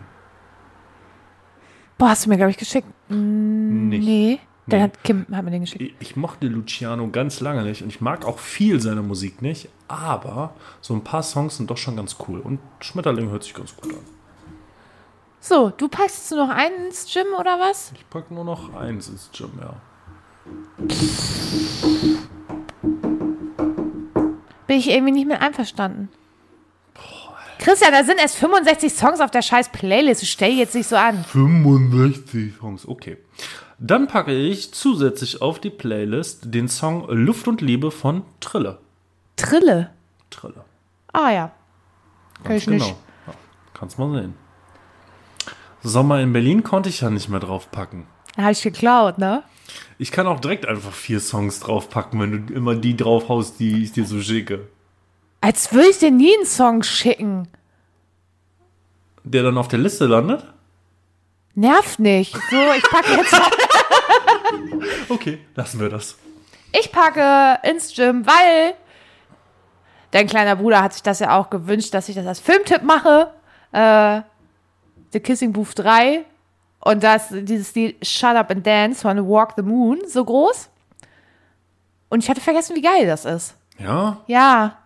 A: Boah, hast du mir, glaube ich, geschickt.
B: Nicht.
A: Nee. Dann
B: Nee.
A: hat Kim hat mir den geschickt.
B: Ich- Ich mochte Luciano ganz lange nicht und ich mag auch viel seine Musik nicht, aber so ein paar Songs sind doch schon ganz cool und Schmetterling hört sich ganz gut an.
A: So, du packst jetzt nur noch einen ins Gym oder was?
B: Ich packe nur noch eins ins Gym, ja.
A: Bin ich irgendwie nicht mit einverstanden. Christian, da sind erst 65 Songs auf der scheiß Playlist. Stell jetzt nicht so an.
B: 65 Songs, okay. Dann packe ich zusätzlich auf die Playlist den Song Luft und Liebe von Trille.
A: Trille.
B: Trille.
A: Ah ja. Kann ich nicht.
B: genau. Ja, kannst mal sehen. Sommer in Berlin konnte ich ja nicht mehr draufpacken.
A: Da habe ich geklaut, ne?
B: Ich kann auch direkt einfach vier Songs draufpacken, wenn du immer die draufhaust, die ich dir so schicke.
A: Als würde ich dir nie einen Song schicken.
B: Der dann auf der Liste landet?
A: Nervt nicht. So, ich packe jetzt.
B: *laughs* Okay, lassen wir das.
A: Ich packe ins Gym, weil dein kleiner Bruder hat sich das ja auch gewünscht, dass ich das als Filmtipp mache. Äh, the Kissing Booth 3 und das, dieses Lied Shut Up and Dance von Walk the Moon so groß. Und ich hatte vergessen, wie geil das ist.
B: Ja?
A: Ja.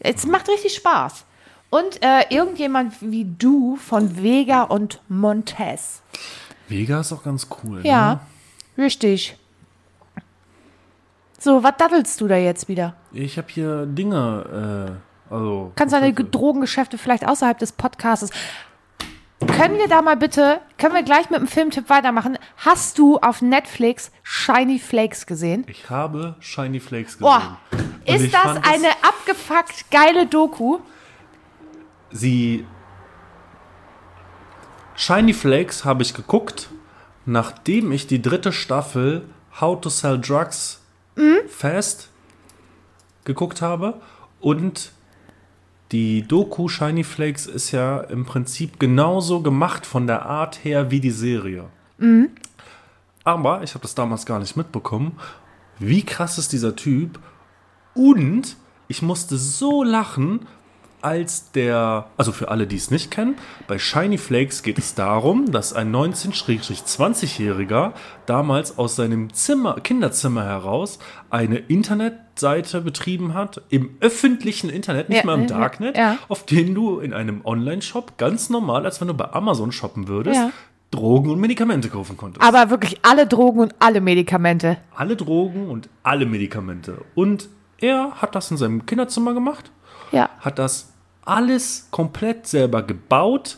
A: Es macht richtig Spaß. Und äh, irgendjemand wie du von Vega und Montez.
B: Vega ist auch ganz cool. ne?
A: Ja,
B: Mhm.
A: richtig. So, was daddelst du da jetzt wieder?
B: Ne? Ich habe hier Dinge, äh, also.
A: Kannst du deine Drogengeschäfte vielleicht außerhalb des Podcasts? Können wir da mal bitte, können wir gleich mit dem Filmtipp weitermachen? Hast du auf Netflix Shiny Flakes gesehen?
B: Ich habe Shiny Flakes gesehen.
A: Boah,
B: Und ich
A: ist das
B: fand es-
A: eine abgefuckt geile Doku?
B: Sie. Shiny Flakes habe ich geguckt, nachdem ich die dritte Staffel How to Sell Drugs Fast geguckt habe. Und die Doku Shiny Flakes ist ja im Prinzip genauso gemacht von der Art her wie die Serie. Aber ich habe das damals gar nicht mitbekommen. Wie krass ist dieser Typ? Und ich musste so lachen, als der, also für alle, die es nicht kennen, bei Shiny Flakes geht es darum, dass ein 19-20-Jähriger damals aus seinem Zimmer, Kinderzimmer heraus eine Internetseite betrieben hat, im öffentlichen Internet, nicht
A: Ja,
B: mal im
A: ja,
B: Darknet,
A: ja.
B: auf den du in einem Online-Shop ganz normal, als wenn du bei Amazon shoppen würdest,
A: Ja.
B: Drogen und Medikamente kaufen konntest.
A: Aber wirklich alle Drogen und alle Medikamente.
B: alle Drogen und alle Medikamente. Und er hat das in seinem Kinderzimmer gemacht
A: Ja.
B: hat das alles komplett selber gebaut,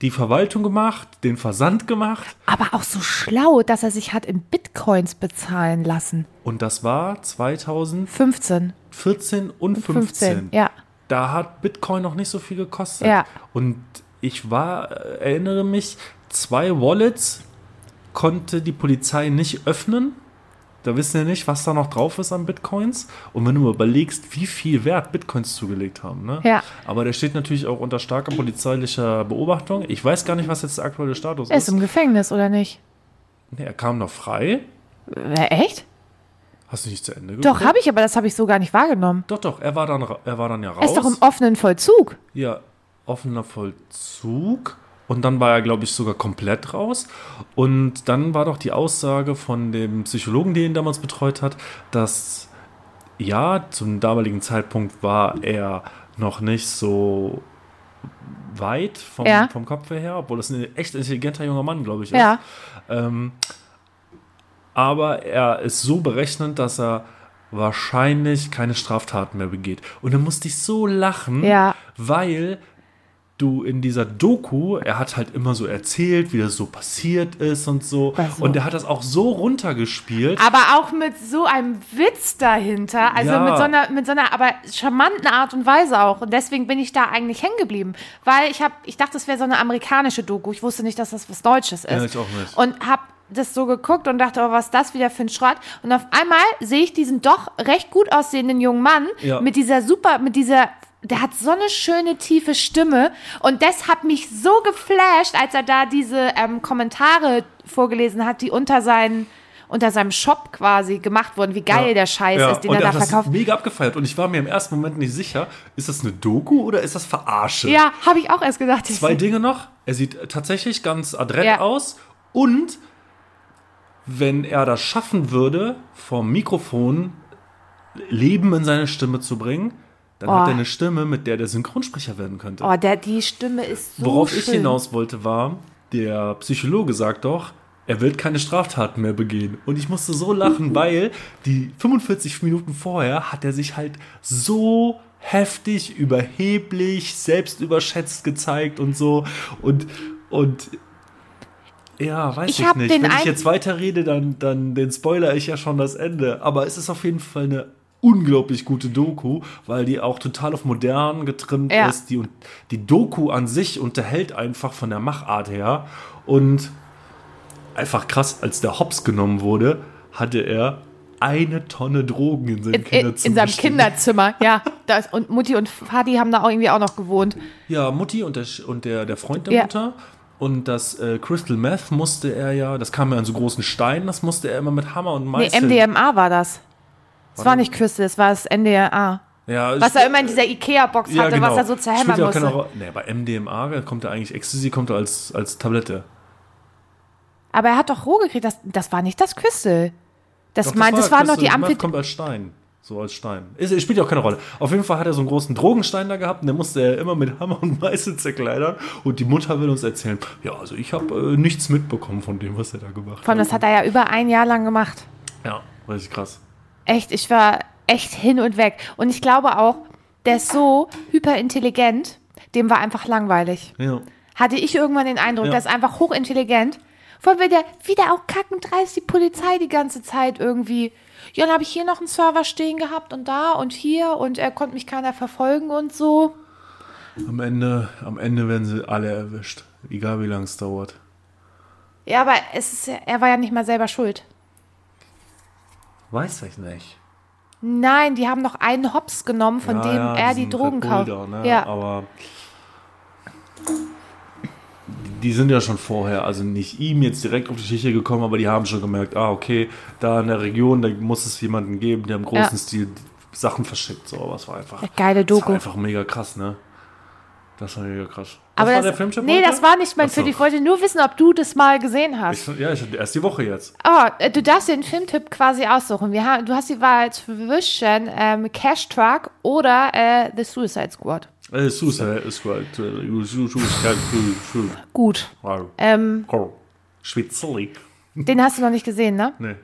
B: die Verwaltung gemacht, den Versand gemacht
A: Aber auch so schlau, dass er sich hat in Bitcoins bezahlen lassen.
B: und das war 2014
A: 15.
B: und 15.
A: 15, ja.
B: Da hat Bitcoin noch nicht so viel gekostet.
A: Ja.
B: Und ich war, äh, erinnere mich, zwei Wallets konnte die Polizei nicht öffnen. Da wissen wir nicht, was da noch drauf ist an Bitcoins. Und wenn du mal überlegst, wie viel Wert Bitcoins zugelegt haben, ne?
A: Ja.
B: Aber der steht natürlich auch unter starker polizeilicher Beobachtung. Ich weiß gar nicht, was jetzt der aktuelle Status
A: Er ist im Gefängnis, oder nicht?
B: Nee, er kam noch frei.
A: Äh, echt?
B: Hast du nicht zu Ende
A: Doch,
B: geguckt?
A: habe ich, aber das habe ich so gar nicht wahrgenommen.
B: Doch, doch, er war dann, ra- er war dann ja raus.
A: Er ist doch im offenen Vollzug.
B: Ja, offener Vollzug. Und dann war er, glaube ich, sogar komplett raus. Und dann war doch die Aussage von dem Psychologen, der ihn damals betreut hat, dass ja, zum damaligen Zeitpunkt war er noch nicht so weit vom,
A: Ja.
B: vom Kopf her, obwohl das ein echt intelligenter junger Mann, glaube ich, ist.
A: Ja.
B: Ähm, aber er ist so berechnend, dass er wahrscheinlich keine Straftaten mehr begeht. Und dann musste ich so lachen,
A: Ja.
B: weil du in dieser Doku, er hat halt immer so erzählt, wie das so passiert ist und so.
A: Ach so.
B: Und er hat das auch so runtergespielt.
A: Aber auch mit so einem Witz dahinter, also
B: Ja.
A: mit, so einer, mit so einer aber charmanten Art und Weise auch. Und deswegen bin ich da eigentlich hängen geblieben, weil ich, hab, ich dachte, es wäre so eine amerikanische Doku. Ich wusste nicht, dass das was Deutsches ist.
B: Ja, ich auch nicht.
A: Und habe das so geguckt und dachte, oh, was ist das wieder für ein Schrott. Und auf einmal sehe ich diesen doch recht gut aussehenden jungen Mann
B: Ja.
A: mit dieser super, mit dieser... Der hat so eine schöne, tiefe Stimme. Und das hat mich so geflasht, als er da diese ähm, Kommentare vorgelesen hat, die unter seinen unter seinem Shop quasi gemacht wurden. Wie geil der Scheiß
B: Ja.
A: ist, den
B: und
A: er da
B: hat das
A: verkauft.
B: Mega abgefeiert. Und ich war mir im ersten Moment nicht sicher, ist das eine Doku oder ist das Verarsche?
A: Ja, habe ich auch erst gedacht. Ich
B: Zwei Dinge noch. Er sieht tatsächlich ganz adrett
A: Ja.
B: aus. Und wenn er das schaffen würde, vom Mikrofon Leben in seine Stimme zu bringen, dann
A: Oh.
B: hat er eine Stimme, mit der der Synchronsprecher werden könnte.
A: oh, der, die Stimme ist so
B: Worauf
A: schön.
B: ich hinaus wollte, war, der Psychologe sagt doch, er wird keine Straftaten mehr begehen. Und ich musste so lachen, weil die 45 Minuten vorher hat er sich halt so heftig, überheblich, selbstüberschätzt gezeigt und so. Und, und ja, weiß
A: Ich
B: ich,
A: hab
B: nicht.
A: den
B: Wenn ich
A: ein-
B: jetzt weiterrede, dann, dann den spoiler ich ja schon das Ende. Aber es ist auf jeden Fall eine unglaublich gute Doku, weil die auch total auf modern getrimmt
A: Ja.
B: ist. Die, die Doku an sich unterhält einfach von der Machart her. Und einfach krass, als der Hops genommen wurde, hatte er eine Tonne Drogen in seinem
A: In, in,
B: Kinderzimmer.
A: in seinem
B: stehen.
A: Kinderzimmer, ja. Das, und Mutti und Vati haben da auch irgendwie auch noch gewohnt.
B: Ja, Mutti und der, Sch- und der, der Freund der
A: Ja.
B: Mutter. Und das äh, Crystal Meth musste er ja, das kam ja an so großen Steinen, das musste er immer mit Hammer und
A: Nee,
B: Meißel.
A: MDMA war das. Es war nicht Crystal, es war das NDMA.
B: ja,
A: Was er immer in dieser Ikea-Box
B: ja,
A: hatte,
B: genau.
A: was er so zerhämmern
B: Spielt ja auch
A: musste.
B: keine Ro- Nee, bei MDMA kommt er eigentlich, Ecstasy kommt er als, als Tablette.
A: Aber er hat doch roh gekriegt, das, das war nicht das Crystal. Das,
B: Doch,
A: meint, das waren doch die
B: Crystal Meth
A: Amphi...
B: äh, kommt als Stein. So als Stein. Ist, spielt ja auch keine Rolle. Auf jeden Fall hat er so einen großen Drogenstein da gehabt und den musste er immer mit Hammer und Meißel zerkleidern. Und die Mutter will uns erzählen, ja, also ich habe äh, nichts mitbekommen von dem, was er da gemacht
A: Vor allem,
B: hat.
A: das hat er ja über ein Jahr lang gemacht.
B: Ja, richtig krass.
A: Echt, ich war echt hin und weg. Und ich glaube auch, der ist so hyperintelligent, dem war einfach langweilig.
B: Ja.
A: Hatte ich irgendwann den Eindruck,
B: Ja.
A: der ist einfach hochintelligent. Vor allem, wenn der wieder auch kackendreist die Polizei die ganze Zeit irgendwie. Ja, dann habe ich hier noch einen Server stehen gehabt und da und hier und er konnte mich keiner verfolgen und so.
B: Am Ende, am Ende werden sie alle erwischt. Egal wie lange es dauert.
A: Ja, aber es ist, ja- er war ja nicht mal selber schuld.
B: Weiß ich nicht.
A: Nein, die haben noch einen Hops genommen, von dem er die
B: diesen
A: Drogen
B: Red Bull
A: kauft.
B: da, Ne?
A: Ja.
B: Aber die sind ja schon vorher, also nicht ihm jetzt direkt auf die Schiche gekommen, aber die haben schon gemerkt, ah, okay, da in der Region, da muss es jemanden geben, der im großen
A: Ja.
B: Stil Sachen verschickt. So, aber es war einfach.
A: Ja, geile
B: Das war
A: Doku.
B: einfach mega krass, ne? Das war mega krass.
A: Aber
B: das war
A: das,
B: der Filmchef
A: nee,
B: heute?
A: das war nicht mein
B: Ach so.
A: Film. Ich wollte nur wissen, ob du das mal gesehen hast.
B: Ich, ja, ich hatte erst die Woche jetzt.
A: Oh, äh, du darfst dir den Filmtipp quasi aussuchen. Wir haben, du hast die Wahl zwischen ähm, Cash Truck oder äh, The Suicide Squad.
B: Äh, Suicide Squad. äh, Su- Su- Su- Su-
A: Gut.
B: Wow.
A: Ähm,
B: Oh. Schwitzerli.
A: den hast du noch nicht gesehen, ne?
B: Nee.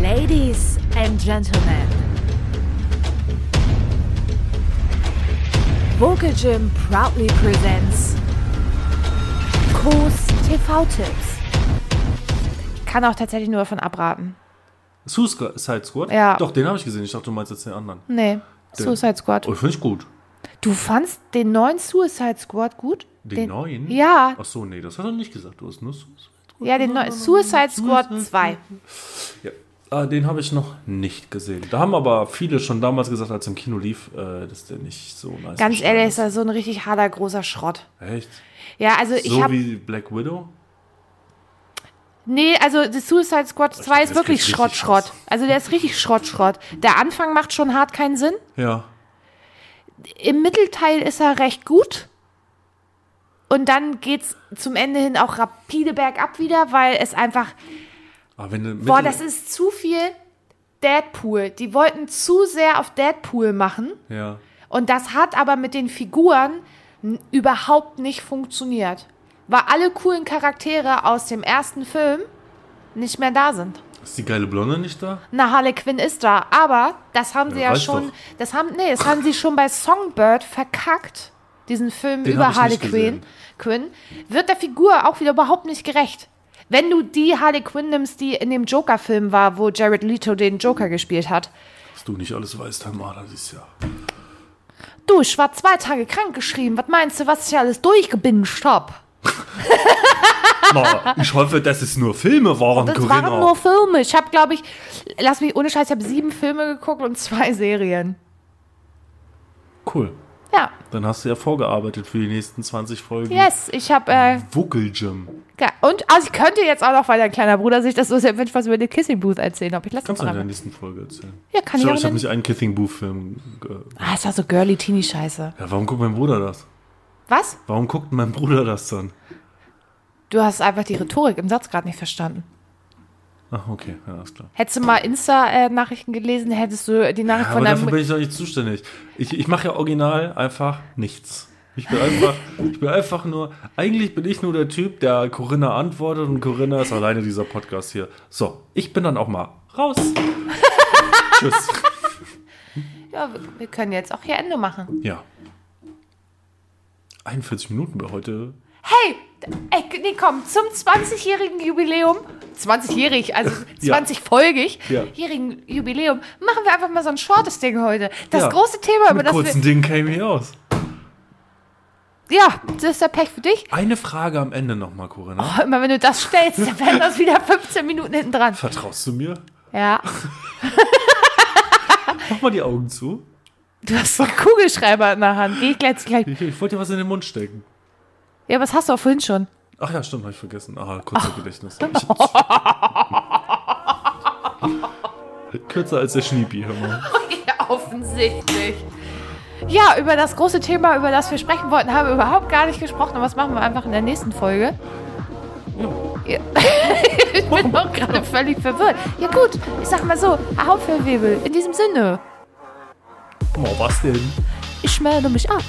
C: Ladies and Gentlemen, Vocal Gym proudly presents Kurs TV-Tipps.
A: Kann auch tatsächlich nur davon abraten.
B: Suicide Squad?
A: Ja.
B: Doch, den habe ich gesehen. Ich dachte, du meinst jetzt den anderen.
A: Nee,
B: Den-
A: Suicide Squad.
B: Oh, finde ich gut.
A: Du fandst den neuen Suicide Squad gut?
B: Den, neuen?
A: Ja,
B: Ach so, nee, das hat er nicht gesagt. Du hast nur Suicide Squad.
A: ja, den neuen Suicide Squad
B: Suicide
A: 2.
B: Ja. Ah, den habe ich noch nicht gesehen. Da haben aber viele schon damals gesagt, als er im Kino lief, äh, dass der nicht so
A: Ganz
B: nice gestanden
A: ehrlich, ist das so ein richtig harter, großer Schrott.
B: Echt?
A: Ja, also ich
B: So
A: habe...
B: wie Black Widow?
A: Nee, also The Suicide Squad 2 ist
B: Oh, das
A: wirklich
B: geht richtig
A: Schrott, Schrott.
B: krass.
A: Also der ist richtig Schrott, Schrott. Der Anfang macht schon hart keinen Sinn.
B: Ja.
A: Im Mittelteil ist er recht gut. Und dann geht's zum Ende hin auch rapide bergab wieder, weil es einfach
B: Aber Ah, wenn du
A: Boah,
B: Mittel-
A: das ist zu viel Deadpool. Die wollten zu sehr auf Deadpool machen.
B: Ja.
A: Und das hat aber mit den Figuren n- überhaupt nicht funktioniert. Weil alle coolen Charaktere aus dem ersten Film nicht mehr da sind.
B: Ist die geile Blonde nicht da?
A: Na, Harley Quinn ist da, aber das haben sie
B: Ja,
A: ja,
B: reicht
A: schon,
B: doch.
A: das haben, nee, das haben sie schon bei Songbird verkackt, diesen Film
B: Den hab
A: über
B: ich
A: Harley Quinn,
B: nicht gesehen.
A: Quinn, wird der Figur auch wieder überhaupt nicht gerecht. Wenn du die Harley Quinn nimmst, die in dem Joker-Film war, wo Jared Leto den Joker gespielt hat.
B: Dass du nicht alles weißt, Tamara, das
A: *laughs*
B: ist ja.
A: Du, ich war zwei Tage krank geschrieben. Was meinst du, was ich alles durchgebinscht hab?
B: Na, ich hoffe, dass es nur Filme waren,
A: Das
B: Corinna.
A: waren nur Filme. Ich habe, glaube ich, lass mich ohne Scheiß, ich habe sieben Filme geguckt und zwei Serien.
B: cool.
A: Ja,
B: Dann hast du ja vorgearbeitet für die nächsten 20 Folgen.
A: yes, ich habe äh,
B: Vocal Gym.
A: Ge- Und also ich könnte jetzt auch noch, weil dein kleiner Bruder sich das so sehr wünscht, was über den Kissing Booth erzählen. Ob ich lass das
B: Kannst du in der
A: mal.
B: nächsten Folge erzählen.
A: Ja, kann ich
B: ich
A: auch
B: glaube, ich habe
A: dann-
B: nicht einen Kissing Booth-Film. Äh,
A: Ah, ist ja so girly teeny Scheiße.
B: ja, warum guckt mein Bruder das?
A: Was?
B: Warum guckt mein Bruder das dann?
A: Du hast einfach die Rhetorik im Satz gerade nicht verstanden.
B: Ach, okay, ja, alles klar.
A: Hättest du mal Insta-Nachrichten gelesen, hättest du die Nachricht
B: Ja,
A: von
B: aber dafür
A: deinem.
B: bin ich doch nicht zuständig. Ich, ich mache ja original einfach nichts. Ich bin einfach, ich bin einfach nur, eigentlich bin ich nur der Typ, der Corinna antwortet und Corinna ist alleine dieser Podcast hier. So, ich bin dann auch mal
A: *laughs*
B: raus. Tschüss.
A: Ja, wir, wir können jetzt auch hier Ende machen.
B: Ja. 41 Minuten bei heute.
A: Hey! d- Ey, nee, komm, zum 20-jährigen Jubiläum. 20-jährig, also
B: *laughs* Ja.
A: 20-folgig.
B: Ja.
A: Jährigen Jubiläum. Machen wir einfach mal so ein shortes Ding heute. Das
B: Ja.
A: große Thema, über
B: Mit
A: das
B: kurzen
A: wir.
B: Dingen käme ich aus.
A: Ja, das ist der Pech für dich.
B: Eine Frage am Ende nochmal, Corinna.
A: Boah, Immer wenn du das stellst, dann werden das wieder 15 Minuten hinten dran.
B: Vertraust du mir?
A: Ja.
B: Mach mal die Augen zu.
A: Du hast so einen Kugelschreiber in der Hand. Geh ich gleich, gleich.
B: Ich, ich wollte dir was in den Mund stecken.
A: Ja, was hast du auch vorhin schon?
B: Ach ja, stimmt, habe ich vergessen. Ah, kurzer *laughs* Gedächtnis. Ich- Kürzer als der Schniepi, hör mal.
A: Ja, *laughs* offensichtlich. Ja, über das große Thema, über das wir sprechen wollten, haben wir überhaupt gar nicht gesprochen. Und was machen wir einfach in der nächsten Folge? Ja. *laughs* ich bin auch gerade völlig verwirrt. Ja gut, ich sag mal so, Hauptfeldwebel, in diesem Sinne,
B: Oh, was denn?
A: ich melde mich ab.